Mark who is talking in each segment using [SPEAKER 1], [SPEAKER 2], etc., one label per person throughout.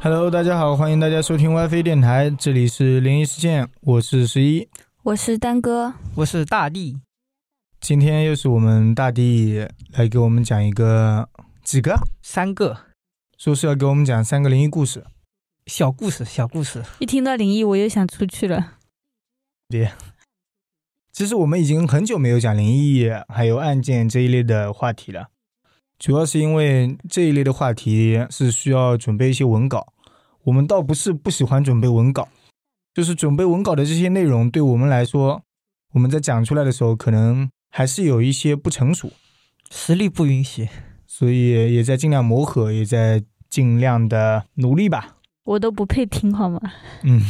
[SPEAKER 1] Hello，大家好，欢迎大家收听 WiFi 电台，这里是灵异事件，我是十一，
[SPEAKER 2] 我是丹哥，
[SPEAKER 3] 我是大地。
[SPEAKER 1] 今天又是我们大地来给我们讲一个几个，
[SPEAKER 3] 三个
[SPEAKER 1] 说是要给我们讲三个灵异故事，
[SPEAKER 3] 小故事，小故事。
[SPEAKER 2] 一听到灵异，我又想出去了。
[SPEAKER 1] 其实我们已经很久没有讲灵异还有案件这一类的话题了，主要是因为这一类的话题是需要准备一些文稿。我们倒不是不喜欢准备文稿，就是准备文稿的这些内容对我们来说，我们在讲出来的时候可能还是有一些不成熟，
[SPEAKER 3] 实力不允许，
[SPEAKER 1] 所以也在尽量磨合，也在尽量的努力吧。
[SPEAKER 2] 我都不配听好吗？
[SPEAKER 1] 嗯，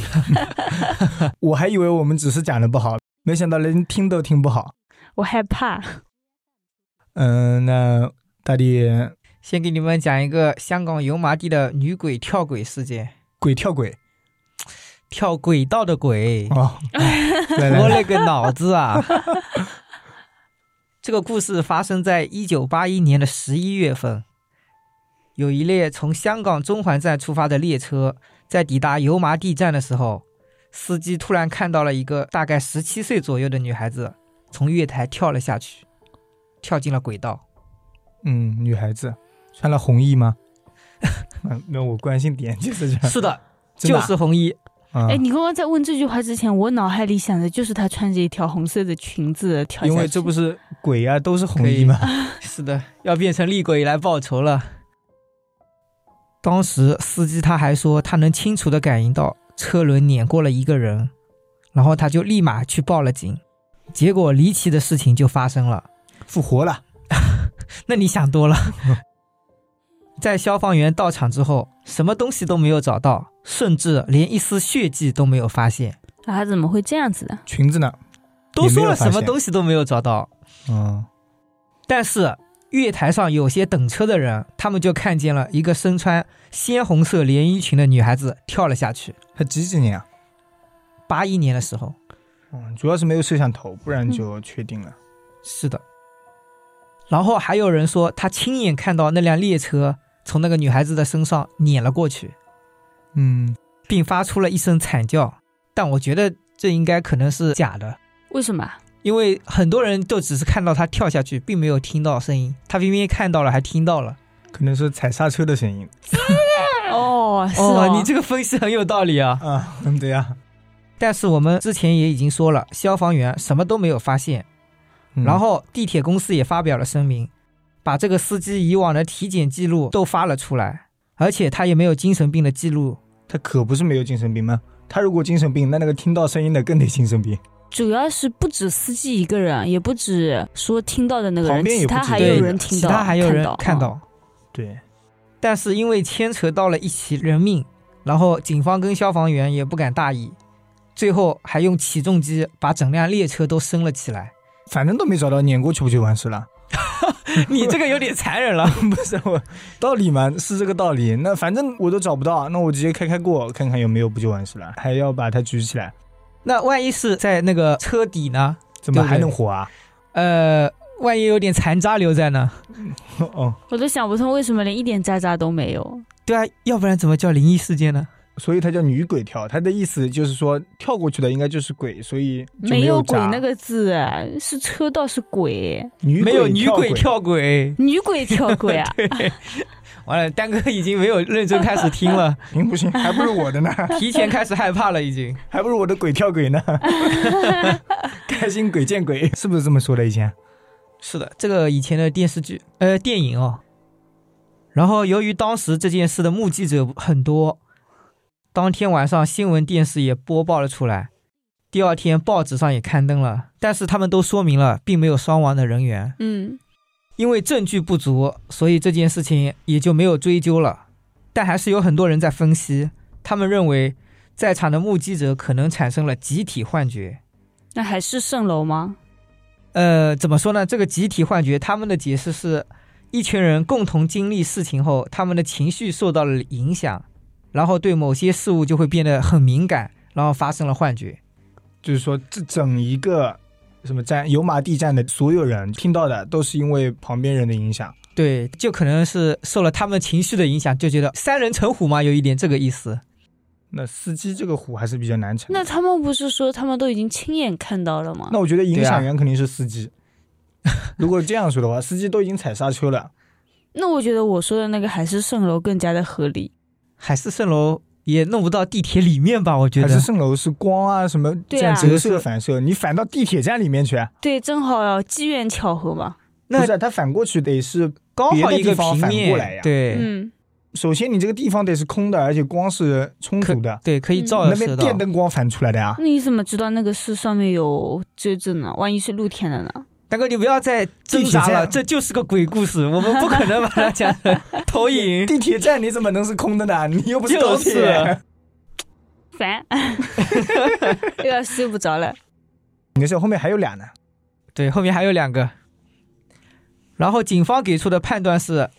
[SPEAKER 1] 我还以为我们只是讲的不好，没想到连听都听不好。
[SPEAKER 2] 我害
[SPEAKER 1] 啊
[SPEAKER 2] 怕。
[SPEAKER 1] 嗯，那大地
[SPEAKER 3] 先给你们讲一个香港油麻地的女鬼跳轨事件，
[SPEAKER 1] 鬼跳轨
[SPEAKER 3] 跳轨道的鬼，
[SPEAKER 1] 哦，来来
[SPEAKER 3] 我
[SPEAKER 1] 来，
[SPEAKER 3] 勒个脑子啊！ 这个故事发生在一九八一年的十一月份，有一列从香港中环站出发的列车，在抵达油麻地站的时候，司机突然看到了一个大概十七岁左右的女孩子从月台跳了下去，跳进了轨道。
[SPEAKER 1] 嗯，女孩子穿了红衣吗？ 嗯，那我关心点就是这样，
[SPEAKER 3] 是的，
[SPEAKER 1] 真的
[SPEAKER 3] 就
[SPEAKER 1] 啊
[SPEAKER 3] 是红衣。
[SPEAKER 1] 啊
[SPEAKER 2] 哎、，你刚刚在问这句话之前，我脑海里想的就是她穿着一条红色的裙子跳下去。
[SPEAKER 1] 因为这不是鬼啊，都是红
[SPEAKER 3] 可
[SPEAKER 1] 衣
[SPEAKER 3] 以
[SPEAKER 1] 嘛。
[SPEAKER 3] 是的，要变成厉鬼来报仇了。当时司机他还说，他能清楚的感应到车轮碾过了一个人，然后他就立马去报了警。结果离奇的事情就发生了。
[SPEAKER 1] 复活了，
[SPEAKER 3] 那你想多了。 在消防员到场之后，什么东西都没有找到，甚至连一丝血迹都没有发现。
[SPEAKER 2] 啊，怎么会这样子的？
[SPEAKER 1] 裙子呢？
[SPEAKER 3] 都说
[SPEAKER 1] 也没有
[SPEAKER 3] 了
[SPEAKER 1] 发
[SPEAKER 3] 什
[SPEAKER 1] 现
[SPEAKER 3] 么东西都没有找到，
[SPEAKER 1] 嗯，
[SPEAKER 3] 但是月台上有些等车的人，他们就看见了一个身穿鲜红色连衣裙的女孩子跳了下去。
[SPEAKER 1] 他几几年啊？
[SPEAKER 3] 八一年的时候，
[SPEAKER 1] 嗯，主要是没有摄像头，不然
[SPEAKER 3] 嗯
[SPEAKER 1] 就确定了。
[SPEAKER 3] 是的。然后还有人说，他亲眼看到那辆列车从那个女孩子的身上碾了过去，
[SPEAKER 1] 嗯，
[SPEAKER 3] 并发出了一声惨叫。但我觉得这应该可能是假的，
[SPEAKER 2] 为什么？
[SPEAKER 3] 因为很多人都只是看到他跳下去，并没有听到声音。他偏偏看到了，还听到了。
[SPEAKER 1] 可能是踩刹车的声音
[SPEAKER 2] 哦，是
[SPEAKER 3] 哦， 你这个分析很有道理啊。
[SPEAKER 1] 啊。 嗯，对呀。
[SPEAKER 3] 但是我们之前也已经说了，消防员什么都没有发现。
[SPEAKER 1] 嗯
[SPEAKER 3] 然后地铁公司也发表了声明，把这个司机以往的体检记录都发了出来，而且他也没有精神病的记录。
[SPEAKER 1] 他可不是没有精神病吗？他如果精神病，那那个听到声音的更得精神病。
[SPEAKER 2] 主要是不止司机一个人，啊也不止说听到的那个
[SPEAKER 1] 旁
[SPEAKER 2] 人，
[SPEAKER 1] 边也
[SPEAKER 2] 其
[SPEAKER 1] 不
[SPEAKER 2] 他
[SPEAKER 1] 止
[SPEAKER 2] 还
[SPEAKER 3] 对
[SPEAKER 2] 有人听
[SPEAKER 3] 其
[SPEAKER 2] 到，
[SPEAKER 3] 他还有人
[SPEAKER 2] 看
[SPEAKER 3] 看
[SPEAKER 2] 到。哦
[SPEAKER 3] 到。
[SPEAKER 1] 对，
[SPEAKER 3] 但是因为牵扯到了一起人命，然后警方跟消防员也不敢大意，最后还用起重机把整辆列车都升了起来。
[SPEAKER 1] 反正都没找到，撵过去不就完事了？
[SPEAKER 3] 你这个有点残忍了。
[SPEAKER 1] 不是我道理嘛，是这个道理。那反正我都找不到，那我直接开开过，看看有没有不就完事了？还要把它举起来，
[SPEAKER 3] 那万一是在那个车底呢？
[SPEAKER 1] 怎么
[SPEAKER 3] 对不对
[SPEAKER 1] 还能活啊？
[SPEAKER 3] 呃，万一有点残渣留在呢？
[SPEAKER 1] 哦，
[SPEAKER 2] 我都想不通为什么连一点渣渣都没有。
[SPEAKER 3] 对啊，要不然怎么叫灵异事件呢？
[SPEAKER 1] 所以它叫女鬼跳，它的意思就是说跳过去的应该就是鬼，所以就
[SPEAKER 2] 没
[SPEAKER 1] 有
[SPEAKER 2] 鬼
[SPEAKER 1] 渣
[SPEAKER 2] 那个字，哎是车倒是鬼，
[SPEAKER 1] 女
[SPEAKER 3] 没有女鬼
[SPEAKER 1] 鬼轨，
[SPEAKER 3] 跳轨。
[SPEAKER 2] 女鬼跳轨啊！
[SPEAKER 3] 对，完了，丹哥已经没有认真开始听了，
[SPEAKER 1] 行不行？还不如我的呢，
[SPEAKER 3] 提前开始害怕了，已经。
[SPEAKER 1] 还不如我的鬼跳 鬼呢，开心鬼见鬼，是不是这么说的？以前
[SPEAKER 3] 是的，这个以前的电视剧，呃，电影哦。然后，由于当时这件事的目击者很多，当天晚上新闻电视也播报了出来，第二天报纸上也刊登了，但是他们都说明了，并没有伤亡的人员。
[SPEAKER 2] 嗯，
[SPEAKER 3] 因为证据不足，所以这件事情也就没有追究了。但还是有很多人在分析，他们认为在场的目击者可能产生了集体幻觉。
[SPEAKER 2] 那还是蜃楼吗？
[SPEAKER 3] 呃，怎么说呢？这个集体幻觉，他们的解释是，一群人共同经历事情后，他们的情绪受到了影响，然后对某些事物就会变得很敏感，然后发生了幻觉。
[SPEAKER 1] 就是说这整一个什么站油麻地站的所有人听到的都是因为旁边人的影响。
[SPEAKER 3] 对，就可能是受了他们情绪的影响，就觉得三人成虎嘛，有一点这个意思。
[SPEAKER 1] 那司机这个虎还是比较难缠。
[SPEAKER 2] 那他们不是说他们都已经亲眼看到了吗
[SPEAKER 1] 嗯那？我觉得影响源肯定是司机。 如果这样说的话，司机都已经踩刹车了，
[SPEAKER 2] 那我觉得我说的那个海市蜃楼更加的合理。
[SPEAKER 3] 海市蜃楼也弄不到地铁里面吧？我觉
[SPEAKER 1] 还是
[SPEAKER 3] 得
[SPEAKER 1] 蜃楼是光啊什么这
[SPEAKER 2] 对
[SPEAKER 1] 样
[SPEAKER 2] 啊
[SPEAKER 1] 折射反射，你反到地铁站里面去，
[SPEAKER 2] 对，正好要机缘巧合嘛。
[SPEAKER 3] 那
[SPEAKER 1] 不是它反过去得是，
[SPEAKER 3] 刚好一
[SPEAKER 1] 别的地
[SPEAKER 3] 个
[SPEAKER 1] 方
[SPEAKER 3] 平
[SPEAKER 1] 反
[SPEAKER 3] 面，
[SPEAKER 1] 过来呀
[SPEAKER 3] 对、
[SPEAKER 2] 嗯，
[SPEAKER 1] 首先你这个地方得是空的，而且光是充足的，
[SPEAKER 3] 对，可以
[SPEAKER 2] 嗯
[SPEAKER 3] 照
[SPEAKER 1] 那
[SPEAKER 3] 射
[SPEAKER 1] 边
[SPEAKER 3] 到
[SPEAKER 1] 电。灯光反出来的呀、
[SPEAKER 2] 那你怎么知道那个是上面有遮震呢？万一是露天的呢？
[SPEAKER 3] 大哥，你不要再挣扎
[SPEAKER 1] 地铁
[SPEAKER 3] 了，
[SPEAKER 1] 站
[SPEAKER 3] 这就是个鬼故事，我们不可能把它讲成 投影。
[SPEAKER 1] 地铁站你怎么能是空的呢？你又不是高铁。
[SPEAKER 3] 就是
[SPEAKER 2] 烦， 又要睡不着了。
[SPEAKER 1] 没事，后面还有俩呢。
[SPEAKER 3] 对，后面还有两个。然后警方给出的判断是，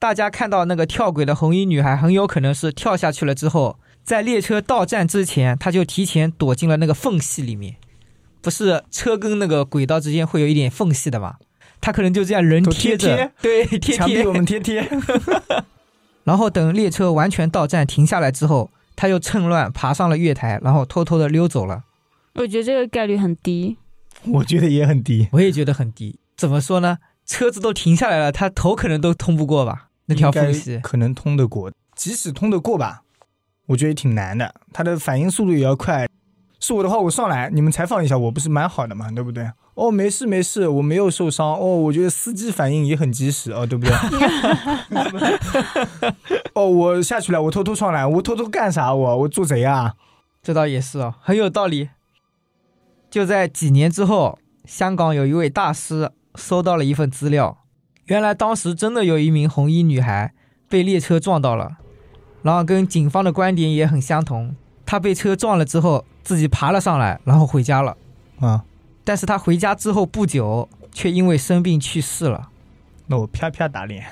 [SPEAKER 3] 大家看到那个跳轨的红衣女孩，很有可能是跳下去了之后，在列车到站之前，她就提前躲进了那个缝隙里面。不是车跟那个轨道之间会有一点缝隙的嘛？她可能就这样人
[SPEAKER 1] 都
[SPEAKER 3] 贴着，
[SPEAKER 1] 贴
[SPEAKER 3] 对，贴
[SPEAKER 1] 墙壁
[SPEAKER 3] 贴
[SPEAKER 1] 我。们贴贴。
[SPEAKER 3] 然后等列车完全到站停下来之后，她又趁乱爬上了月台，然后偷偷的溜走了。
[SPEAKER 2] 我觉得这个概率很低。
[SPEAKER 1] 我觉得也很低，
[SPEAKER 3] 我也觉得很低。怎么说呢？车子都停下来了，他头可能都通不过吧？那条缝
[SPEAKER 1] 应
[SPEAKER 3] 隙
[SPEAKER 1] 该。可能通得过，即使通得过吧，我觉得也挺难的。它的反应速度也要快。是我的话，我上来你们采访一下，我不是蛮好的嘛，对不对？哦，没事没事，我没有受伤。哦，我觉得司机反应也很及时，哦，对不对？ 哦，我下去了，我偷偷上来，我偷偷干啥？我我做贼啊？
[SPEAKER 3] 这倒也是哦，很有道理。就在几年之后，香港有一位大师收到了一份资料，原来当时真的有一名红衣女孩被列车撞到了，然后跟警方的观点也很相同。她被车撞了之后，自己爬了上来，然后回家了。
[SPEAKER 1] 啊，
[SPEAKER 3] 但是她回家之后不久，却因为生病去世了。
[SPEAKER 1] 那我啪啪打脸。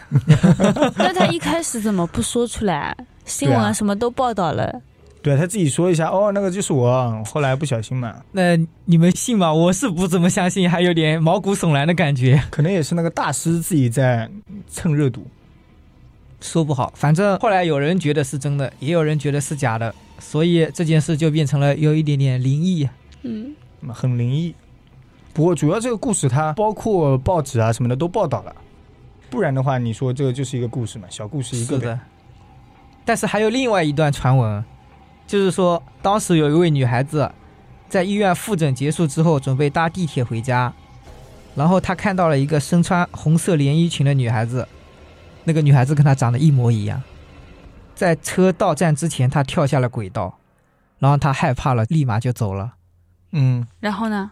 [SPEAKER 2] 那他一开始怎么不说出来？新闻
[SPEAKER 1] 对啊
[SPEAKER 2] 啊什么都报道了，
[SPEAKER 1] 对他自己说一下，哦，那个就是我，后来不小心嘛，
[SPEAKER 3] 那你们信吗？我是不怎么相信，还有点毛骨悚然的感觉，
[SPEAKER 1] 可能也是那个大师自己在蹭热度。
[SPEAKER 3] 说不好。反正后来有人觉得是真的，也有人觉得是假的，所以这件事就变成了有一点点灵异。
[SPEAKER 2] 嗯，
[SPEAKER 1] 嗯很灵异。不过主要这个故事它包括报纸啊什么的都报道了，不然的话，你说这个就是一个故事嘛，小故事一个
[SPEAKER 3] 是
[SPEAKER 1] 呗。
[SPEAKER 3] 的。但是还有另外一段传闻，就是说当时有一位女孩子在医院复诊结束之后，准备搭地铁回家，然后她看到了一个身穿红色连衣裙的女孩子，那个女孩子跟她长得一模一样，在车到站之前，她跳下了轨道，然后她害怕了，立马就走了。
[SPEAKER 1] 嗯，
[SPEAKER 2] 然后呢？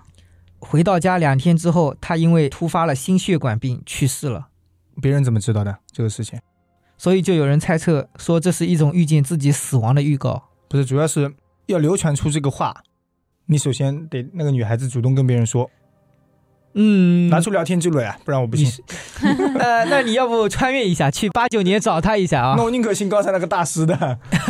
[SPEAKER 3] 回到家两天之后，她因为突发了心血管病去世了。
[SPEAKER 1] 别人怎么知道的这个事情？
[SPEAKER 3] 所以就有人猜测说，这是一种预见自己死亡的预告。
[SPEAKER 1] 不是，主要是要流传出这个话，你首先得那个女孩子主动跟别人说，
[SPEAKER 3] 嗯，
[SPEAKER 1] 拿出聊天记录来，不然我不信
[SPEAKER 3] 你。是 呃，那你要不穿越一下，去八九年找他一下啊
[SPEAKER 1] 那？我宁可信刚才那个大师的，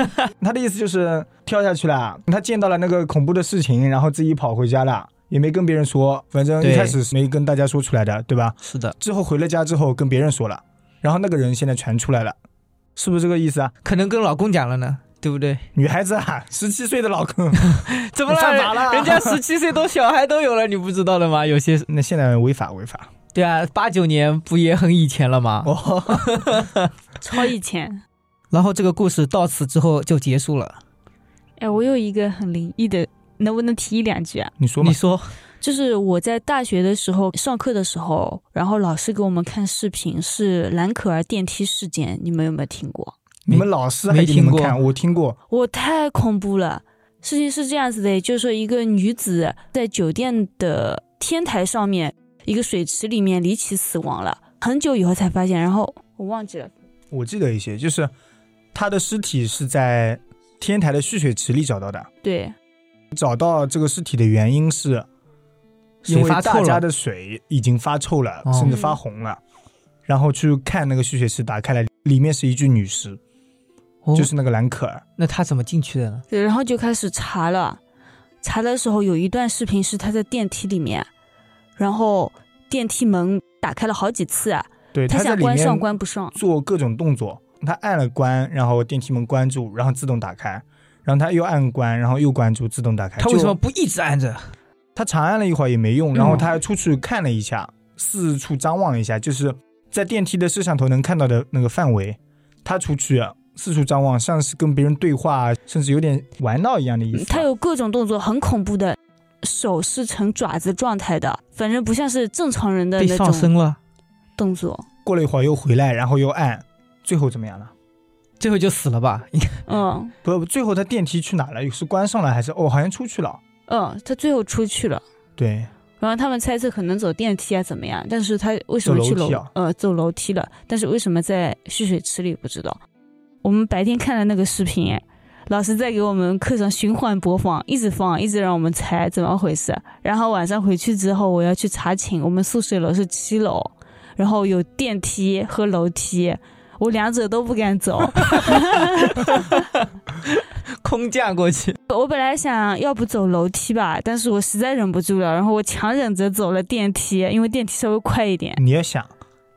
[SPEAKER 1] 他的意思就是跳下去了，他见到了那个恐怖的事情，然后自己跑回家了，也没跟别人说，反正一
[SPEAKER 3] 对
[SPEAKER 1] 开始是没跟大家说出来的，对吧？
[SPEAKER 3] 是的，
[SPEAKER 1] 之后回了家之后跟别人说了，然后那个人现在传出来了，是不是这个意思啊？
[SPEAKER 3] 可能跟老公讲了呢，对不对？
[SPEAKER 1] 女孩子啊，十七岁的老 公，
[SPEAKER 3] 怎么
[SPEAKER 1] 犯法
[SPEAKER 3] 了？
[SPEAKER 1] 了
[SPEAKER 3] 人家十七岁都小孩都有了，你不知道的吗？有些
[SPEAKER 1] 那现在违法违法
[SPEAKER 3] 对啊，八九年不也很以前了吗？
[SPEAKER 1] 哦。
[SPEAKER 2] 超以前。
[SPEAKER 3] 然后这个故事到此之后就结束了。
[SPEAKER 2] 哎，我有一个很灵异的，能不能提两句啊？
[SPEAKER 1] 你说嘛
[SPEAKER 3] 你，说
[SPEAKER 2] 就是我在大学的时候上课的时候，然后老师给我们看视频，是蓝可儿电梯事件，你们有没有听过？
[SPEAKER 1] 你们老师还给你
[SPEAKER 3] 没
[SPEAKER 1] 们
[SPEAKER 3] 听过
[SPEAKER 1] 看，我听过，
[SPEAKER 2] 我太恐怖了！事情是这样子的，就是说一个女子在酒店的天台上面一个水池里面离奇死亡了，很久以后才发现，然后我忘记了，
[SPEAKER 1] 我记得一些，就是他的尸体是在天台的蓄水池里找到的，
[SPEAKER 2] 对，
[SPEAKER 1] 找到这个尸体的原因是因
[SPEAKER 3] 水
[SPEAKER 1] 为
[SPEAKER 3] 发
[SPEAKER 1] 大
[SPEAKER 3] 臭
[SPEAKER 1] 家
[SPEAKER 3] 了，
[SPEAKER 1] 的水已经发臭了，
[SPEAKER 3] 哦
[SPEAKER 1] 甚至发红了。然后去看那个蓄水池，打开来，里面是一具女尸，
[SPEAKER 3] 哦
[SPEAKER 1] 就是那个兰可儿。
[SPEAKER 3] 那他怎么进去的呢？
[SPEAKER 2] 对，然后就开始查了，查的时候有一段视频是她在电梯里面，然后电梯门打开了好几次啊，
[SPEAKER 1] 对，
[SPEAKER 2] 他
[SPEAKER 1] 他在
[SPEAKER 2] 想
[SPEAKER 1] 里
[SPEAKER 2] 关上
[SPEAKER 1] 面
[SPEAKER 2] 关不上。
[SPEAKER 1] 做各种动作，他按了关，然后电梯门关住，然后自动打开，然后他又按关，然后又关住，自动打开。
[SPEAKER 3] 他为什
[SPEAKER 1] 就
[SPEAKER 3] 么不一直按着？
[SPEAKER 1] 他长按了一会儿也没用，然后
[SPEAKER 2] 嗯
[SPEAKER 1] 他还出去看了一下，四处张望了一下，就是在电梯的摄像头能看到的那个范围，他出去啊四处张望，像是跟别人对话，啊甚至有点玩闹一样的意
[SPEAKER 3] 嗯
[SPEAKER 1] 思。啊
[SPEAKER 2] 他有各种动作，很恐怖的，手是呈爪子状态的，反正不像是正常人的
[SPEAKER 3] 被
[SPEAKER 2] 那
[SPEAKER 3] 上
[SPEAKER 2] 种
[SPEAKER 3] 身了，
[SPEAKER 2] 动作。
[SPEAKER 1] 过了一会儿又回来，然后又按，最后怎么样了？
[SPEAKER 3] 最后就死了吧？ 应该
[SPEAKER 2] 嗯
[SPEAKER 1] 不，最后他电梯去哪了？是关上了还是哦？好像出去了。
[SPEAKER 2] 嗯，他最后出去了，
[SPEAKER 1] 对，
[SPEAKER 2] 然后他们猜测可能走电梯啊怎么样，但是他为什
[SPEAKER 1] 走
[SPEAKER 2] 么
[SPEAKER 1] 楼
[SPEAKER 2] 去楼
[SPEAKER 1] 梯啊
[SPEAKER 2] 呃走楼梯了？但是为什么在蓄水池里不知道？我们白天看了那个视频，哎老师在给我们课上循环播放，一直放，一直让我们猜怎么回事。然后晚上回去之后，我要去查寝，我们宿舍楼是七楼，然后有电梯和楼梯， 我两者都不敢走。
[SPEAKER 3] 空降过去，
[SPEAKER 2] 我本来想要不走楼梯吧，但是我实在忍不住了，然后我强忍着走了电梯，因为电梯稍微快一点。
[SPEAKER 1] 你要想，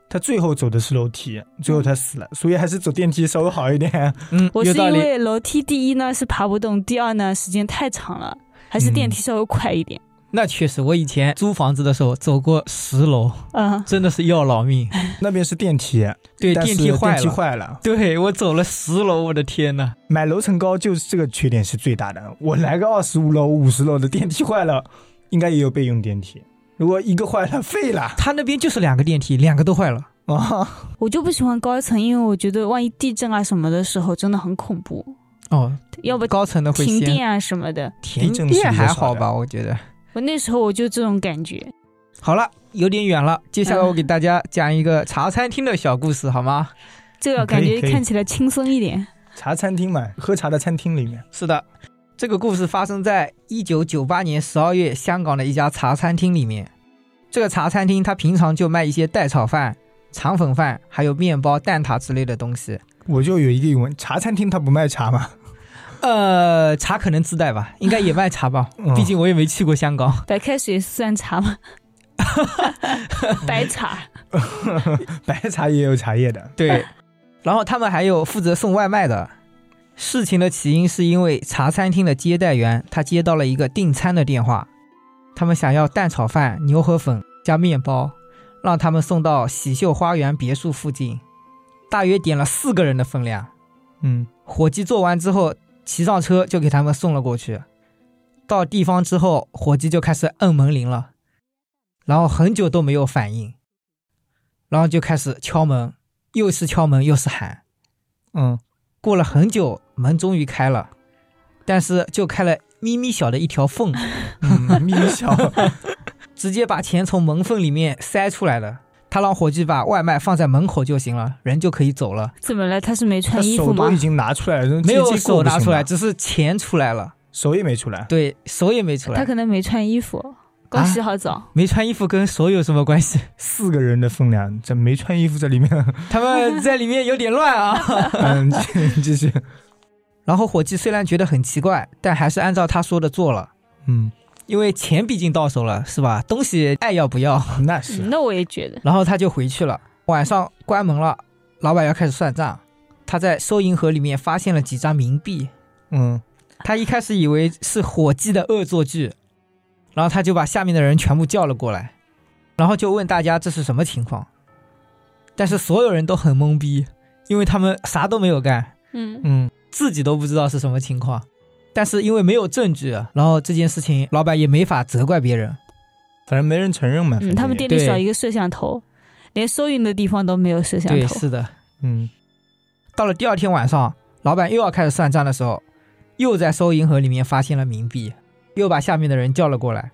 [SPEAKER 1] 他最后走的是楼梯，最后他死了，所以还是走电梯稍微好一点。
[SPEAKER 3] 嗯，
[SPEAKER 2] 我
[SPEAKER 3] 有
[SPEAKER 2] 是因
[SPEAKER 3] 道理。
[SPEAKER 2] 为楼梯第一呢是爬不动，第二呢时间太长了，还是电梯稍微快一点。
[SPEAKER 3] 那确实，我以前租房子的时候走过十楼，
[SPEAKER 2] 嗯，
[SPEAKER 3] 真的是要了命。
[SPEAKER 1] 那边是电梯，
[SPEAKER 3] 对，
[SPEAKER 1] 但
[SPEAKER 3] 电
[SPEAKER 1] 是
[SPEAKER 3] 梯坏
[SPEAKER 1] 电梯
[SPEAKER 3] 了，
[SPEAKER 1] 坏了。
[SPEAKER 3] 对我走了十楼，我的天呐！
[SPEAKER 1] 买楼层高就是这个缺点是最大的。我来个二十五楼、五十楼的电梯坏了，应该也有备用电梯。如果一个坏了，废了
[SPEAKER 3] 他那边就是两个电梯，两个都坏了。
[SPEAKER 1] 啊！
[SPEAKER 2] 我就不喜欢高层，因为我觉得万一地震啊什么的时候真的很恐怖，
[SPEAKER 3] 哦，
[SPEAKER 2] 要不
[SPEAKER 3] 高层的会
[SPEAKER 2] 停
[SPEAKER 3] 先
[SPEAKER 2] 电啊什么的。
[SPEAKER 3] 停
[SPEAKER 1] 地震是比较
[SPEAKER 3] 电还
[SPEAKER 1] 少
[SPEAKER 3] 好
[SPEAKER 1] 的
[SPEAKER 3] 吧？我觉得。
[SPEAKER 2] 我那时候我就这种感觉。
[SPEAKER 3] 好了，有点远了，接下来
[SPEAKER 2] 嗯
[SPEAKER 3] 我给大家讲一个茶餐厅的小故事，好吗？
[SPEAKER 2] 这个
[SPEAKER 1] 可以
[SPEAKER 2] 感觉
[SPEAKER 1] 可以
[SPEAKER 2] 看起来轻松一点，
[SPEAKER 1] 茶餐厅嘛，喝茶的餐厅里面，
[SPEAKER 3] 是的，这个故事发生在一九九八年十二月香港的一家茶餐厅里面。这个茶餐厅它平常就卖一些蛋炒饭、肠粉饭，还有面包、蛋挞之类的东西。
[SPEAKER 1] 我就有一个疑问：茶餐厅它不卖茶吗？
[SPEAKER 3] 呃，茶可能自带吧，应该也卖茶吧，
[SPEAKER 1] 嗯
[SPEAKER 3] 毕竟我也没去过香 港。
[SPEAKER 2] 白开水算茶 吗？白茶，
[SPEAKER 1] 白茶也有茶叶的，
[SPEAKER 3] 对，然后他们还有负责送外卖的。事情的起因是因为茶餐厅的接待员他接到了一个订餐的电话，他们想要蛋炒饭、牛河粉加面包，让他们送到喜秀花园别墅附近，大约点了四个人的分量。
[SPEAKER 1] 嗯，
[SPEAKER 3] 伙计做完之后，骑上车就给他们送了过去。到地方之后，伙计就开始摁门铃了，然后很久都没有反应，然后就开始敲门，又是敲门又是喊。
[SPEAKER 1] 嗯，
[SPEAKER 3] 过了很久，门终于开了，但是就开了咪咪小的一 条缝，
[SPEAKER 1] 嗯，咪咪小，
[SPEAKER 3] 直接把钱从门缝里面塞出来了。他让伙计把外卖放在门口就行了，人就可以走了，
[SPEAKER 2] 怎么了？他是没
[SPEAKER 1] 他
[SPEAKER 2] 穿衣服
[SPEAKER 1] 手
[SPEAKER 2] 吗
[SPEAKER 1] 都已？经拿出来了，
[SPEAKER 3] 没有
[SPEAKER 1] 这这过
[SPEAKER 3] 手
[SPEAKER 1] 不
[SPEAKER 3] 拿
[SPEAKER 1] 行
[SPEAKER 3] 出来，
[SPEAKER 1] 吧
[SPEAKER 3] 只是钱出来了，
[SPEAKER 1] 手也没出来。
[SPEAKER 3] 对手也没出来
[SPEAKER 2] 他。可能没穿衣服，刚
[SPEAKER 1] 啊
[SPEAKER 2] 洗好澡。
[SPEAKER 3] 没穿衣服跟手有什么关 系？
[SPEAKER 1] 四个人的分量，这没穿衣服在里面，
[SPEAKER 3] 他们在里面有点乱啊。
[SPEAKER 1] 嗯，继继续，
[SPEAKER 3] 然后伙计虽然觉得很奇怪，但还是按照他说的做了，
[SPEAKER 1] 嗯，
[SPEAKER 3] 因为钱毕竟到手了，是吧？东西爱要不要？
[SPEAKER 1] 那
[SPEAKER 2] 嗯
[SPEAKER 1] 是，啊
[SPEAKER 2] 那我也觉得，
[SPEAKER 3] 然后他就回去了。晚上关门了，老板要开始算账。他在收银盒里面发现了几张冥币，
[SPEAKER 1] 嗯，
[SPEAKER 3] 他一开始以为是伙计的恶作剧，然后他就把下面的人全部叫了过来，然后就问大家这是什么情况。但是所有人都很懵逼，因为他们啥都没有干，
[SPEAKER 2] 嗯，
[SPEAKER 1] 嗯，
[SPEAKER 3] 自己都不知道是什么情况，但是因为没有证据，然后这件事情老板也没法责怪别人。
[SPEAKER 1] 反正没人承认嘛，反正
[SPEAKER 2] 嗯，他们
[SPEAKER 1] 也
[SPEAKER 2] 店里
[SPEAKER 3] 对
[SPEAKER 2] 少一个摄像头，连收银的地方都没有摄像
[SPEAKER 3] 对，
[SPEAKER 2] 头。
[SPEAKER 3] 是的。
[SPEAKER 1] 嗯，
[SPEAKER 3] 到了第二天晚上，老板又要开始算账的时候，又在收银盒里面发现了冥币，又把下面的人叫了过来。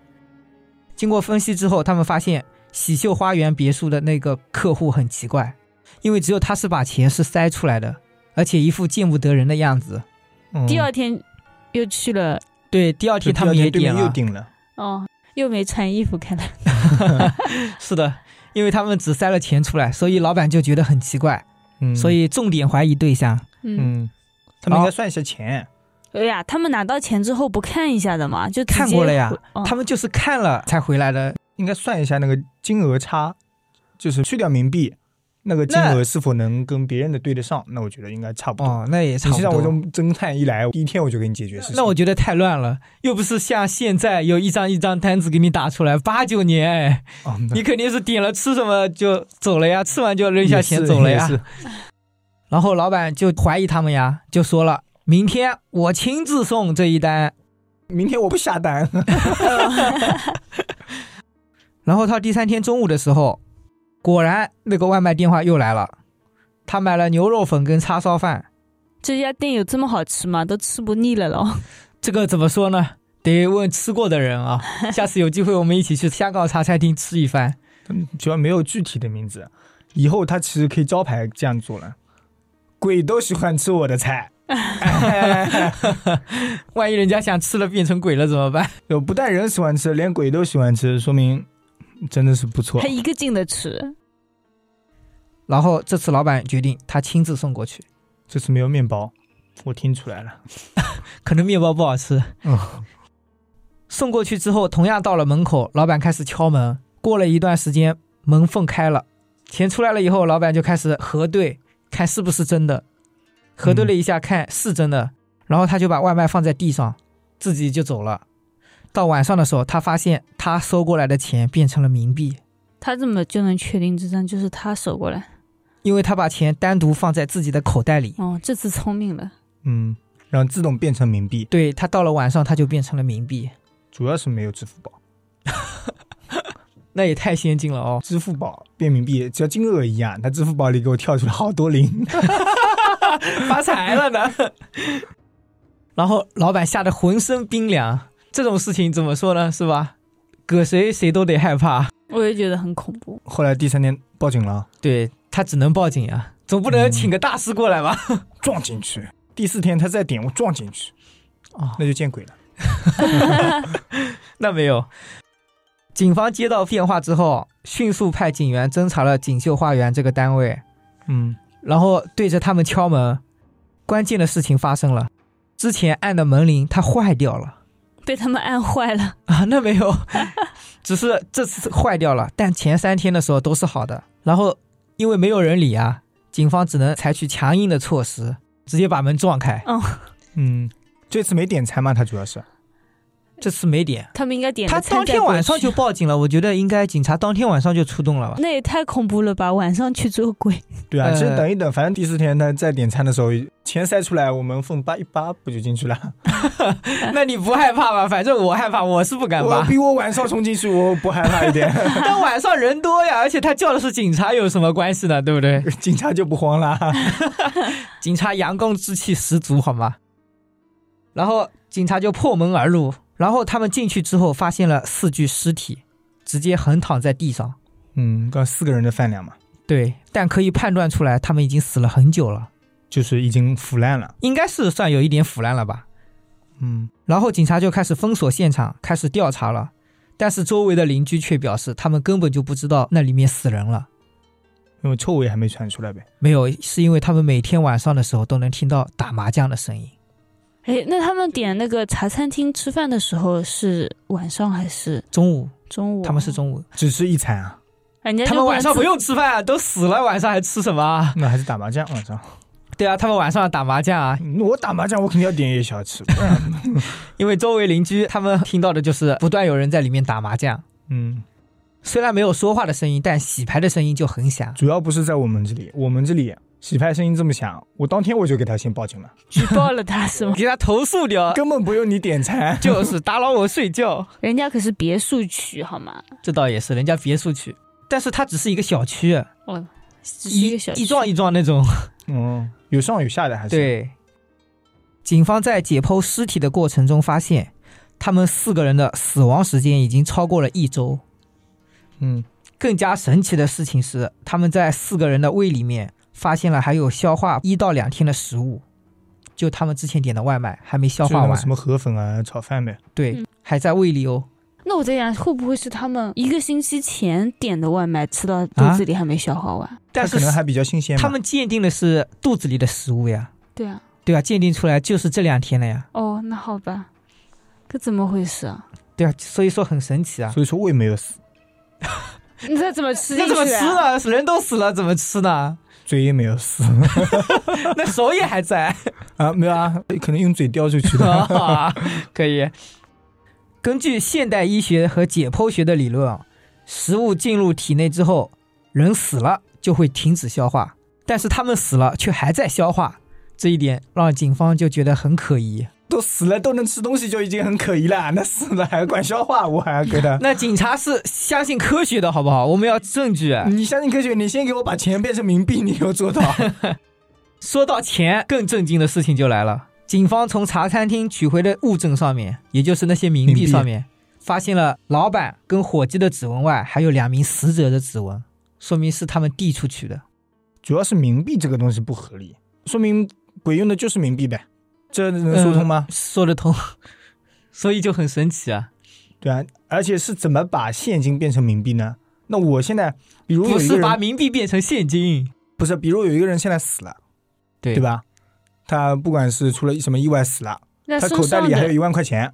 [SPEAKER 3] 经过分析之后，他们发现喜秀花园别墅的那个客户很奇怪，因为只有他是把钱是塞出来的，而且一副见不得人的样子。
[SPEAKER 1] 嗯
[SPEAKER 2] 第二天又去了，
[SPEAKER 3] 对，第二
[SPEAKER 1] 就
[SPEAKER 3] 天
[SPEAKER 1] 第
[SPEAKER 3] 他
[SPEAKER 1] 二
[SPEAKER 3] 们
[SPEAKER 1] 天
[SPEAKER 3] 也
[SPEAKER 1] 对
[SPEAKER 3] 点
[SPEAKER 1] 面又
[SPEAKER 3] 了，
[SPEAKER 1] 顶了，
[SPEAKER 2] 哦，又没穿衣服，看来。
[SPEAKER 3] 是的，因为他们只塞了钱出来，所以老板就觉得很奇怪，
[SPEAKER 1] 嗯，
[SPEAKER 3] 所，以重点怀疑对象。
[SPEAKER 2] 嗯，
[SPEAKER 1] 嗯，他们应该算一下钱，
[SPEAKER 2] 哎呀，他们拿到钱之后不看一下的嘛，就直接
[SPEAKER 3] 看过了呀
[SPEAKER 2] 回。哦
[SPEAKER 3] 他们就是看了才回来的，
[SPEAKER 1] 应该算一下那个金额差，就是去掉冥币，那个金额是否能跟别人的对得上？那我觉得应该差不多。
[SPEAKER 3] 哦，那也差
[SPEAKER 1] 你是
[SPEAKER 3] 不
[SPEAKER 1] 让我
[SPEAKER 3] 多。
[SPEAKER 1] 用侦探一来，第一天我就给你解决事情。
[SPEAKER 3] 那我觉得太乱了，又不是像现在有一张一张单子给你打出来。八九年，哎，
[SPEAKER 1] 啊，
[SPEAKER 3] 你肯定是点了吃什么就走了呀，吃完就扔下钱啊走了呀。
[SPEAKER 1] 也是
[SPEAKER 3] 然后老板就怀疑他们呀，就说了：“明天我亲自送这一单。
[SPEAKER 1] 明天我不下单。”
[SPEAKER 3] 然后到第三天中午的时候，果然那个外卖电话又来了，他买了牛肉粉跟叉烧饭。
[SPEAKER 2] 这家店有这么好吃吗？都吃不腻了咯。
[SPEAKER 3] 这个怎么说呢？得问吃过的人啊。下次有机会我们一起去香港茶餐厅吃一番。
[SPEAKER 1] 嗯主要没有具体的名字，以后他其实可以招牌这样做了。鬼都喜欢吃我的 菜，
[SPEAKER 3] 万一人家想吃了变成鬼了怎么办？
[SPEAKER 1] 有不但人喜欢吃，连鬼都喜欢吃，说明真的是不错
[SPEAKER 2] 还。一个劲的吃，
[SPEAKER 3] 然后这次老板决定他亲自送过去，
[SPEAKER 1] 这次没有面包，我听出来了。
[SPEAKER 3] 可能面包不好吃。
[SPEAKER 1] 嗯，
[SPEAKER 3] 送过去之后，同样到了门口，老板开始敲门。过了一段时间，门缝开了，钱出来了以后，老板就开始核对，看是不是真的。核对了一下，看是真的，然后他就把外卖放在地上，自己就走了。到晚上的时候，他发现他收过来的钱变成了冥币，
[SPEAKER 2] 他怎么就能确定这张就是他手过来？
[SPEAKER 3] 因为他把钱单独放在自己的口袋里。
[SPEAKER 2] 哦，这次聪明了，
[SPEAKER 1] 嗯，然后自动变成冥币，
[SPEAKER 3] 对他到了晚上，他就变成了冥币，
[SPEAKER 1] 主要是没有支付宝，
[SPEAKER 3] 那也太先进了哦。
[SPEAKER 1] 支付宝变冥币只要金额一样，他支付宝里给我跳出来好多零。
[SPEAKER 3] 发财了呢。然后老板吓得浑身冰凉，这种事情怎么说呢？是吧？搁谁谁都得害怕。
[SPEAKER 2] 我也觉得很恐怖。
[SPEAKER 1] 后来第三天报警了，
[SPEAKER 3] 对他只能报警呀、总不能
[SPEAKER 1] 嗯
[SPEAKER 3] 请个大师过来吧？
[SPEAKER 1] 撞进去。第四天他再点我撞进去，
[SPEAKER 3] 哦，
[SPEAKER 1] 那就见鬼了。
[SPEAKER 3] 那没有。警方接到电话之后，迅速派警员侦查了锦绣花园这个单位，
[SPEAKER 1] 嗯，
[SPEAKER 3] 然后对着他们敲门。关键的事情发生了，之前按的门铃它坏掉了。
[SPEAKER 2] 被他们按坏了，
[SPEAKER 3] 啊，那没有，只是这次坏掉了。但前三天的时候都是好的，然后因为没有人理啊，警方只能采取强硬的措施，直接把门撞开。
[SPEAKER 2] 哦
[SPEAKER 1] 嗯，这次没点餐嘛，他主要是
[SPEAKER 3] 这次没点，
[SPEAKER 2] 他们应该点
[SPEAKER 3] 他
[SPEAKER 2] 个餐
[SPEAKER 3] 当
[SPEAKER 2] 再
[SPEAKER 3] 天
[SPEAKER 2] 过
[SPEAKER 3] 晚上
[SPEAKER 2] 去
[SPEAKER 3] 就报警了，我觉得应该警察当天晚上就出动了 吧。
[SPEAKER 2] 那也太恐怖了吧！晚上去捉鬼，
[SPEAKER 1] 对啊，
[SPEAKER 3] 呃
[SPEAKER 1] 其实等一等，反正第四天他再点餐的时候，钱塞出来，我们缝八一扒不就进去了？
[SPEAKER 3] 那你不害怕吧？反正我害怕，我是不敢
[SPEAKER 1] 我
[SPEAKER 3] 吧。
[SPEAKER 1] 比我晚上冲进去，我不害怕一点，
[SPEAKER 3] 但晚上人多呀，而且他叫的是警察，有什么关系呢？对不对？
[SPEAKER 1] 警察就不慌啦。
[SPEAKER 3] 警察阳刚之气十足，好吗？然后警察就破门而入，然后他们进去之后发现了四具尸体，直接横躺在地上。
[SPEAKER 1] 嗯，刚四个人的饭量嘛，
[SPEAKER 3] 对，但可以判断出来他们已经死了很久了，
[SPEAKER 1] 就是已经腐烂了。
[SPEAKER 3] 应该是算有一点腐烂了吧。
[SPEAKER 1] 嗯，
[SPEAKER 3] 然后警察就开始封锁现场，开始调查了。但是周围的邻居却表示，他们根本就不知道那里面死人了。
[SPEAKER 1] 因为臭味还没传出来呗。
[SPEAKER 3] 没有，是因为他们每天晚上的时候都能听到打麻将的声音。
[SPEAKER 2] 哎，那他们点那个茶餐厅吃饭的时候是晚上还是
[SPEAKER 3] 中午，
[SPEAKER 2] 中午？
[SPEAKER 3] 他们是，中午，
[SPEAKER 1] 只吃一餐啊，
[SPEAKER 2] 人家就
[SPEAKER 3] 他哎们晚上
[SPEAKER 2] 能
[SPEAKER 3] 不
[SPEAKER 2] 自
[SPEAKER 3] 用吃饭啊，都死了，晚上还吃什么啊？
[SPEAKER 1] 那还是打麻将晚上。
[SPEAKER 3] 对啊，他们晚上打麻将啊，
[SPEAKER 1] 嗯我打麻将，我肯定要点夜宵吃。
[SPEAKER 3] 因为周围邻居他们听到的就是不断有人在里面打麻将，
[SPEAKER 1] 嗯，
[SPEAKER 3] 虽然没有说话的声音，但洗牌的声音就很响。
[SPEAKER 1] 主要不是在我们这里，我们这里洗牌声音这么响，我当天我就给他先报警了，
[SPEAKER 2] 举报了他是 吗？
[SPEAKER 3] 给他投诉掉，
[SPEAKER 1] 根本不用你点餐。
[SPEAKER 3] 就是打扰我睡觉。
[SPEAKER 2] 人家可是别墅区好吗？
[SPEAKER 3] 这倒也是，人家别墅区，但是它只是一个小区，啊
[SPEAKER 2] 哦，只是一个小区
[SPEAKER 3] 一幢一幢那种。
[SPEAKER 1] 嗯，有上有下的还是。
[SPEAKER 3] 对，警方在解剖尸体的过程中发现，他们四个人的死亡时间已经超过了一周。
[SPEAKER 1] 嗯，
[SPEAKER 3] 更加神奇的事情是，他们在四个人的胃里面发现了还有消化一到两天的食物，就他们之前点的外卖还没消
[SPEAKER 1] 就
[SPEAKER 3] 化
[SPEAKER 1] 那种
[SPEAKER 3] 完
[SPEAKER 1] 什，么河粉啊、炒饭呗。
[SPEAKER 3] 对，
[SPEAKER 2] 嗯
[SPEAKER 3] 还在胃里哦。
[SPEAKER 2] 那我在想，会不会是他们一个星期前点的外卖，吃到肚子里还没消化完？
[SPEAKER 3] 但
[SPEAKER 1] 它
[SPEAKER 3] 是
[SPEAKER 1] 可能还比较新鲜嘛。
[SPEAKER 3] 他们鉴定的是肚子里的食物呀，
[SPEAKER 2] 对啊，
[SPEAKER 3] 对啊，鉴定出来就是这两天了呀，
[SPEAKER 2] 哦，那好吧，这怎么回事啊？
[SPEAKER 3] 对啊，所以说很神奇啊。
[SPEAKER 1] 所以说胃没有死，
[SPEAKER 2] 你这怎么吃进
[SPEAKER 3] 那
[SPEAKER 2] 去
[SPEAKER 3] 怎么吃
[SPEAKER 2] 啊？
[SPEAKER 3] 呢？人都死了，怎么吃呢？
[SPEAKER 1] 嘴也没有撕
[SPEAKER 3] 那 手也还在
[SPEAKER 1] 啊，没有啊，可能用嘴叼出去的。
[SPEAKER 3] 啊， 可以。根据现代医学和解剖学的理论啊，食物进入体内之后，人死了就会停止消化，但是他们死了却还在消化，这一点让警方就觉得很可疑。
[SPEAKER 1] 都死了都能吃东西就已经很可疑了， 那死了还管消化，我还觉 得。
[SPEAKER 3] 那警察是相信科学的，好不好？我们要证据。
[SPEAKER 1] 你相信科学，你先给我把钱变成冥币，你给我做到。
[SPEAKER 3] 说到钱，更震惊的事情就来了。警方从茶餐厅取回的物证上面，也就是那些冥
[SPEAKER 1] 冥币
[SPEAKER 3] 币上面，发现了老板跟伙计的指纹外，还有两名死者的指纹，说明是他们递出去的。
[SPEAKER 1] 主要是冥币这个东西不合理，说明鬼用的就是冥币呗，这能说通吗？
[SPEAKER 3] 嗯说得通， 所以就很神奇啊！
[SPEAKER 1] 对啊，而且是怎么把现金变成冥币呢？那我现在，比如有
[SPEAKER 3] 不
[SPEAKER 1] 一个
[SPEAKER 3] 是把
[SPEAKER 1] 人，
[SPEAKER 3] 冥币变成现金，
[SPEAKER 1] 不是，比如有一个人现在死了，
[SPEAKER 3] 对
[SPEAKER 1] 对？吧？他不管是出了什么意外死了，
[SPEAKER 2] 那
[SPEAKER 1] 他
[SPEAKER 2] 身
[SPEAKER 1] 口袋
[SPEAKER 2] 上
[SPEAKER 1] 里还有
[SPEAKER 2] 的
[SPEAKER 1] 一万块钱，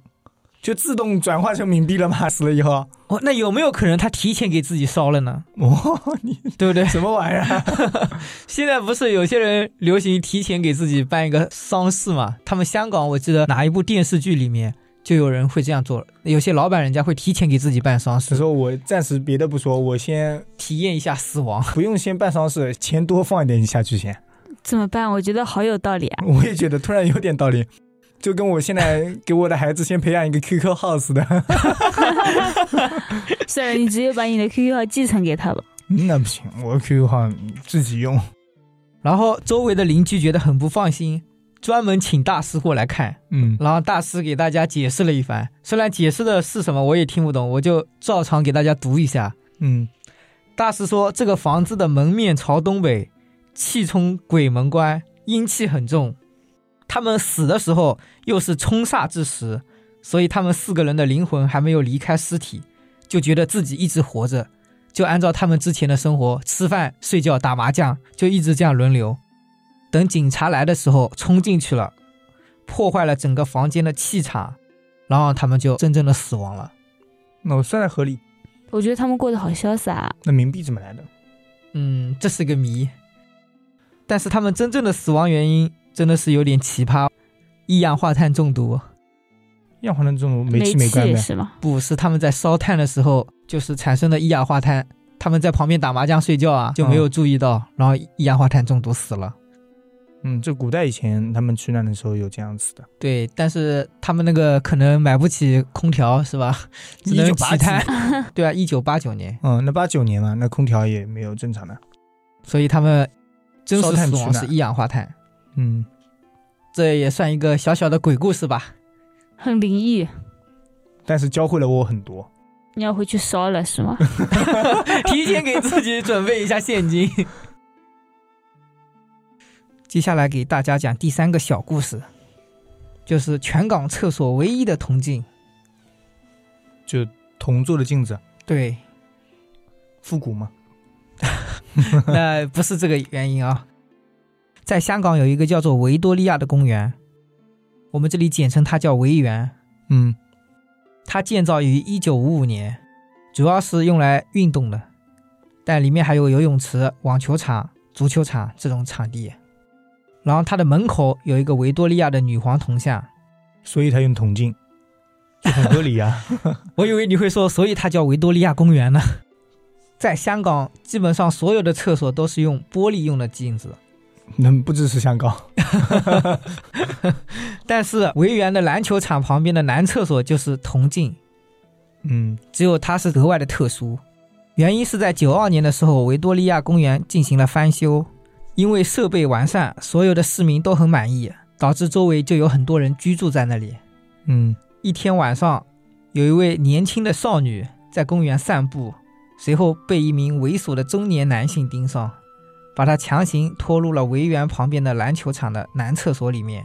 [SPEAKER 1] 就自动转化成冥币了吗？死了以后，
[SPEAKER 3] 哦，那有没有可能他提前给自己烧了呢？
[SPEAKER 1] 哦，你？
[SPEAKER 3] 对不对
[SPEAKER 1] 什么玩意儿？啊
[SPEAKER 3] 现在不是有些人流行提前给自己办一个丧事嘛？他们香港我记得哪一部电视剧里面就有人会这样做，有些老板人家会提前给自己办丧
[SPEAKER 1] 所以
[SPEAKER 3] 事，
[SPEAKER 1] 说我暂时别的不说，我先
[SPEAKER 3] 体验一下死亡。
[SPEAKER 1] 不用先办丧事，钱多放一点下去先。
[SPEAKER 2] 怎么办？我觉得好有道理 啊！
[SPEAKER 1] 我也觉得突然有点道理，就跟我现在给我的孩子先培养一个 QQ house 的，
[SPEAKER 2] 虽然你直接把你的 QQ 号继承给他吧。
[SPEAKER 1] 那不行，我 QQ 号自己用。
[SPEAKER 3] 然后周围的邻居觉得很不放心，专门请大师过来看，
[SPEAKER 1] 嗯，
[SPEAKER 3] 然后大师给大家解释了一番，虽然解释的是什么我也听不懂，我就照常给大家读一下。
[SPEAKER 1] 嗯，
[SPEAKER 3] 大师说，这个房子的门面朝东北，气冲鬼门关，阴气很重。他们死的时候又是冲煞之时，所以他们四个人的灵魂还没有离开尸体，就觉得自己一直活着，就按照他们之前的生活，吃饭、睡觉、打麻将，就一直这样轮流。等警察来的时候，冲进去了，破坏了整个房间的气场，然后他们就真正的死亡了。
[SPEAKER 1] 那我算在合理。
[SPEAKER 2] 我觉得他们过得好潇洒啊，
[SPEAKER 1] 那冥币怎么来的？
[SPEAKER 3] 嗯，这是个谜。但是他们真正的死亡原因真的是有点奇葩，一氧化碳中毒，
[SPEAKER 1] 一氧化碳中毒，煤
[SPEAKER 2] 煤
[SPEAKER 1] 气没关
[SPEAKER 2] 也
[SPEAKER 1] 呗。
[SPEAKER 2] 是嘛。
[SPEAKER 3] 不是他们在烧炭的时候就是产生的一氧化碳，他们在旁边打麻将睡觉啊就没有注意到，然后一氧化碳中毒死了。
[SPEAKER 1] 嗯，这古代以前他们取暖的时候有这样子的。
[SPEAKER 3] 对，但是他们那个可能买不起空调是吧？只能
[SPEAKER 1] 1989
[SPEAKER 3] 起炭。对啊，一九八九年，
[SPEAKER 1] 嗯，那八九年嘛，那空调也没有正常的。
[SPEAKER 3] 所以他们真实
[SPEAKER 1] 烧炭
[SPEAKER 3] 死
[SPEAKER 1] 取
[SPEAKER 3] 亡
[SPEAKER 1] 暖
[SPEAKER 3] 是一氧化碳，
[SPEAKER 1] 嗯，
[SPEAKER 3] 这也算一个小小的鬼故事吧。
[SPEAKER 2] 很灵异，
[SPEAKER 1] 但是教会了我很多。
[SPEAKER 2] 你要回去烧了是吗？
[SPEAKER 3] 提前给自己准备一下现金。接下来给大家讲第三个小故事，就是全港厕所唯一的铜镜。
[SPEAKER 1] 就铜做的镜子，
[SPEAKER 3] 对，
[SPEAKER 1] 复古嘛。
[SPEAKER 3] 那不是这个原因啊。在香港有一个叫做维多利亚的公园，我们这里简称它叫维园。
[SPEAKER 1] 嗯，
[SPEAKER 3] 它建造于一九五五年，主要是用来运动的，但里面还有游泳池、网球场、足球场这种场地。然后它的门口有一个维多利亚的女皇铜像，
[SPEAKER 1] 所以他用铜镜，就很合理啊。
[SPEAKER 3] 我以为你会说，所以它叫维多利亚公园呢。 在香港，基本上所有的厕所都是用玻璃用的镜子，
[SPEAKER 1] 那不支持香港。
[SPEAKER 3] 但是维园的篮球场旁边的男厕所就是铜镜，
[SPEAKER 1] 嗯，
[SPEAKER 3] 只有它是格外的特殊，原因是在九二年的时候，维多利亚公园进行了翻修，因为设备完善，所有的市民都很满意，导致周围就有很多人居住在那里。
[SPEAKER 1] 嗯，
[SPEAKER 3] 一天晚上，有一位年轻的少女在公园散步，随后被一名猥琐的中年男性盯上，把她强行拖入了维园旁边的篮球场的男厕所里面，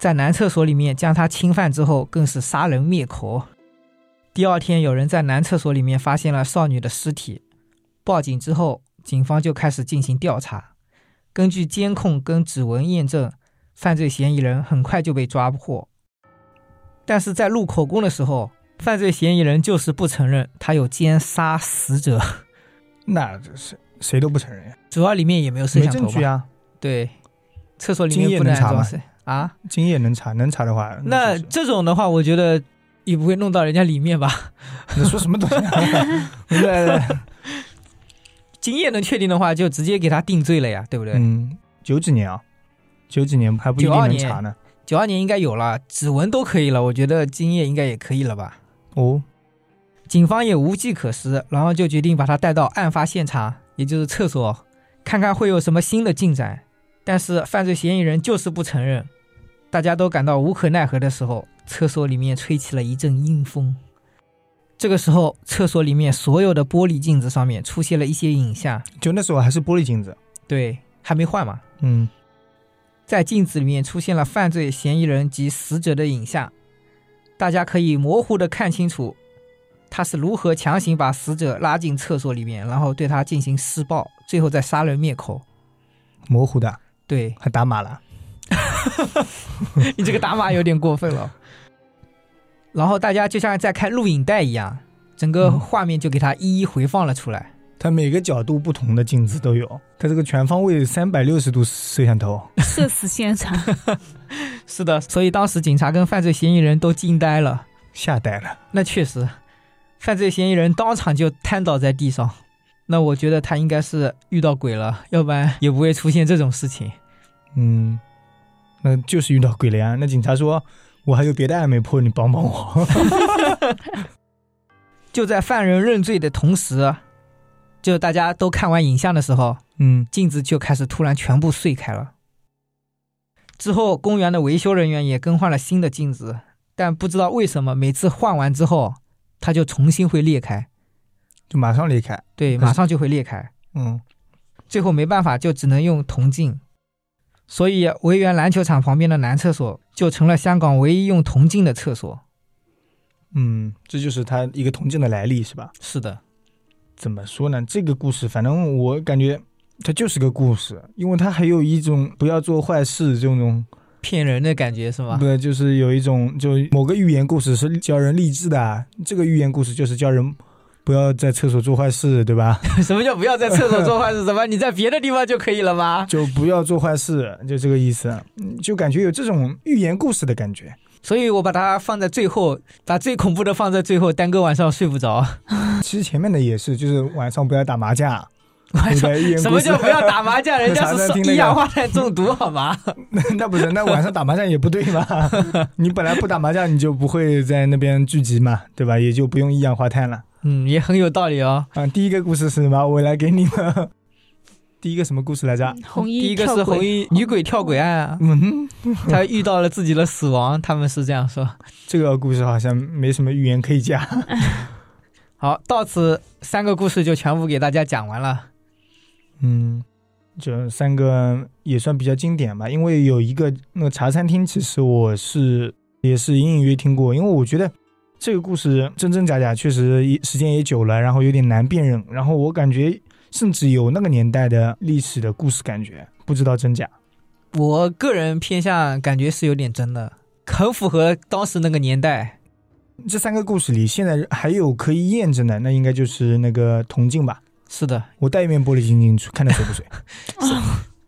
[SPEAKER 3] 在男厕所里面将她侵犯之后，更是杀人灭口。第二天，有人在男厕所里面发现了少女的尸体，报警之后，警方就开始进行调查。根据监控跟指纹验证，犯罪嫌疑人很快就被抓获。但是在录口供的时候，犯罪嫌疑人就是不承认他有奸杀死者，
[SPEAKER 1] 那这谁谁都不承认呀，
[SPEAKER 3] 主要里面也没有摄
[SPEAKER 1] 没
[SPEAKER 3] 像头
[SPEAKER 1] 证
[SPEAKER 3] 嘛
[SPEAKER 1] 据啊，
[SPEAKER 3] 对，厕所里
[SPEAKER 1] 精
[SPEAKER 3] 面
[SPEAKER 1] 液
[SPEAKER 3] 不
[SPEAKER 1] 能查
[SPEAKER 3] 装
[SPEAKER 1] 吗
[SPEAKER 3] 摄啊。
[SPEAKER 1] 精液能查，能查的话，
[SPEAKER 3] 那
[SPEAKER 1] 就是
[SPEAKER 3] 这种的话，我觉得也不会弄到人家里面吧。
[SPEAKER 1] 你说什么东西啊？ 对对对，
[SPEAKER 3] 经验能确定的话，就直接给他定罪了呀，对不对？
[SPEAKER 1] 嗯，九几年啊，九几年还不一定
[SPEAKER 3] 92
[SPEAKER 1] 能
[SPEAKER 3] 年
[SPEAKER 1] 查呢。
[SPEAKER 3] 九二年应该有了，指纹都可以了，我觉得经验应该也可以了吧。
[SPEAKER 1] 哦，
[SPEAKER 3] 警方也无计可施，然后就决定把他带到案发现场，也就是厕所，看看会有什么新的进展。但是犯罪嫌疑人就是不承认，大家都感到无可奈何的时候，厕所里面吹起了一阵阴风。这个时候，厕所里面所有的玻璃镜子上面出现了一些影像，
[SPEAKER 1] 就那时候还是玻璃镜子，
[SPEAKER 3] 对，还没换嘛。
[SPEAKER 1] 嗯，
[SPEAKER 3] 在镜子里面出现了犯罪嫌疑人及死者的影像，大家可以模糊的看清楚他是如何强行把死者拉进厕所里面，然后对他进行施暴，最后再杀人灭口。
[SPEAKER 1] 模糊的，
[SPEAKER 3] 对
[SPEAKER 1] 还打码了。
[SPEAKER 3] 你这个打码有点过分了。然后大家就像在看录影带一样，整个
[SPEAKER 1] 嗯
[SPEAKER 3] 画面就给他一一回放了出来。
[SPEAKER 1] 它每个角度不同的镜子都有，它这个全方位三百六十度摄像头，
[SPEAKER 2] 社死现场，
[SPEAKER 3] 是的，所以当时警察跟犯罪嫌疑人都惊呆了。
[SPEAKER 1] 吓呆了。
[SPEAKER 3] 那确实，犯罪嫌疑人当场就瘫倒在地上。那我觉得他应该是遇到鬼了，要不然也不会出现这种事情。
[SPEAKER 1] 嗯，那就是遇到鬼了呀。那警察说，我还有别的案没破，你帮帮我。
[SPEAKER 3] 就在犯人认罪的同时，就大家都看完影像的时候，
[SPEAKER 1] 嗯，
[SPEAKER 3] 镜子就开始突然全部碎开了。之后，公园的维修人员也更换了新的镜子，但不知道为什么，每次换完之后，它就重新会裂开。
[SPEAKER 1] 就马上离开。
[SPEAKER 3] 对，
[SPEAKER 1] 可是
[SPEAKER 3] 马上就会裂开。
[SPEAKER 1] 嗯，
[SPEAKER 3] 最后没办法，就只能用铜镜。所以，维园篮球场旁边的男厕所就成了香港唯一用铜镜的厕所。
[SPEAKER 1] 嗯，这就是他一个铜镜的来历，是吧？
[SPEAKER 3] 是的，
[SPEAKER 1] 怎么说呢？这个故事，反正我感觉它就是个故事，因为它还有一种不要做坏事这种，
[SPEAKER 3] 骗人的感觉是吗？
[SPEAKER 1] 对，就是有一种就某个寓言故事是教人励志的啊，这个寓言故事就是教人不要在厕所做坏事，对吧？
[SPEAKER 3] 什么叫不要在厕所做坏事？什么？你在别的地方就可以了吗？
[SPEAKER 1] 就不要做坏事，就这个意思。嗯就感觉有这种寓言故事的感觉，
[SPEAKER 3] 所以我把它放在最后，把最恐怖的放在最后，丹哥晚上睡不着。
[SPEAKER 1] 其实前面的也是，就是晚上不要打麻将，
[SPEAKER 3] 晚
[SPEAKER 1] 对不
[SPEAKER 3] 上
[SPEAKER 1] 对？寓言
[SPEAKER 3] 哎什
[SPEAKER 1] 故
[SPEAKER 3] 么
[SPEAKER 1] 事
[SPEAKER 3] 叫不要？打麻将？人家
[SPEAKER 1] 茶
[SPEAKER 3] 是
[SPEAKER 1] 餐
[SPEAKER 3] 受
[SPEAKER 1] 厅那个
[SPEAKER 3] 一氧化碳中毒，好吗？
[SPEAKER 1] 那不是，那晚上打麻将也不对嘛。你本来不打麻将，你就不会在那边聚集嘛，对吧？也就不用一氧化碳了。
[SPEAKER 3] 嗯，也很有道理哦。
[SPEAKER 1] 啊，第一个故事是什么？我来给你们。 第一个什么故事来着？
[SPEAKER 2] 红
[SPEAKER 3] 第
[SPEAKER 2] 衣
[SPEAKER 3] 一个
[SPEAKER 2] 跳
[SPEAKER 3] 是红
[SPEAKER 2] 轨，
[SPEAKER 3] 衣女鬼跳轨案 啊，
[SPEAKER 1] 嗯，
[SPEAKER 3] 她遇到了自己的死亡，他们是这样说。
[SPEAKER 1] 这个故事好像没什么寓言可以讲。
[SPEAKER 3] 好，到此三个故事就全部给大家讲完了。
[SPEAKER 1] 嗯，这三个也算比较经典吧，因为有一个那个茶餐厅，其实我是也是隐隐约听过，因为我觉得这个故事真真假假，确实也时间也久了，然后有点难辨认，然后我感觉甚至有那个年代的历史的故事感觉，不知道真假。
[SPEAKER 3] 我个人偏向感觉是有点真的，很符合当时那个年代。
[SPEAKER 1] 这三个故事里，现在还有可以验证的，那应该就是那个铜镜吧。
[SPEAKER 3] 是的，
[SPEAKER 1] 我带一面玻璃镜进去，看它水不水。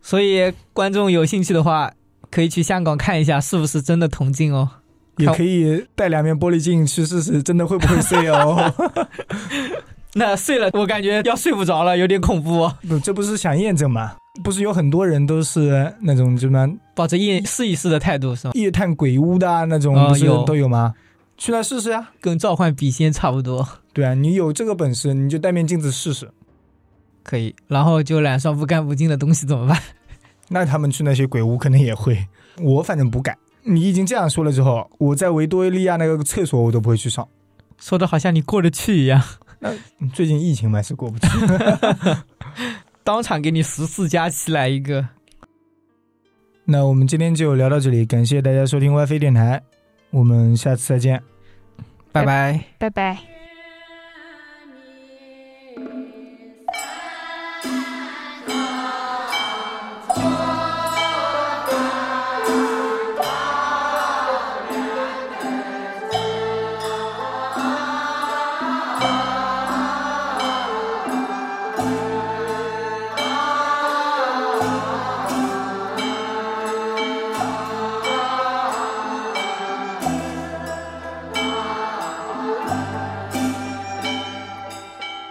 [SPEAKER 3] 所以观众有兴趣的话，可以去香港看一下是不是真的铜镜哦。
[SPEAKER 1] 也可以带两面玻璃镜去试试，真的会不会碎哦？
[SPEAKER 3] 那睡了，我感觉要睡不着了，有点恐怖、哦。
[SPEAKER 1] 不，这不是想验证吗？不是有很多人都是那种什么
[SPEAKER 3] 抱着一试一试的态度是吗？
[SPEAKER 1] 夜探鬼屋的、啊、那种，
[SPEAKER 3] 啊
[SPEAKER 1] 不是
[SPEAKER 3] 有
[SPEAKER 1] 都有吗？去那试试呀、
[SPEAKER 3] 跟召唤笔仙差不多，
[SPEAKER 1] 对啊，你有这个本事，你就带面镜子试试。
[SPEAKER 3] 可以。然后就染上不干不净的东西怎么办？
[SPEAKER 1] 那他们去那些鬼屋可能也会，我反正不敢。你已经这样说了之后，我在维多利亚那个厕所我都不会去上。
[SPEAKER 3] 说的好像你过得去一样，
[SPEAKER 1] 嗯最近疫情嘛是过 不去。
[SPEAKER 3] 当场给你十四加七来一个。
[SPEAKER 1] 那我们今天就聊到这里，感谢大家收听 WiFi 电台，我们下次再见。
[SPEAKER 3] 拜拜
[SPEAKER 2] 拜拜。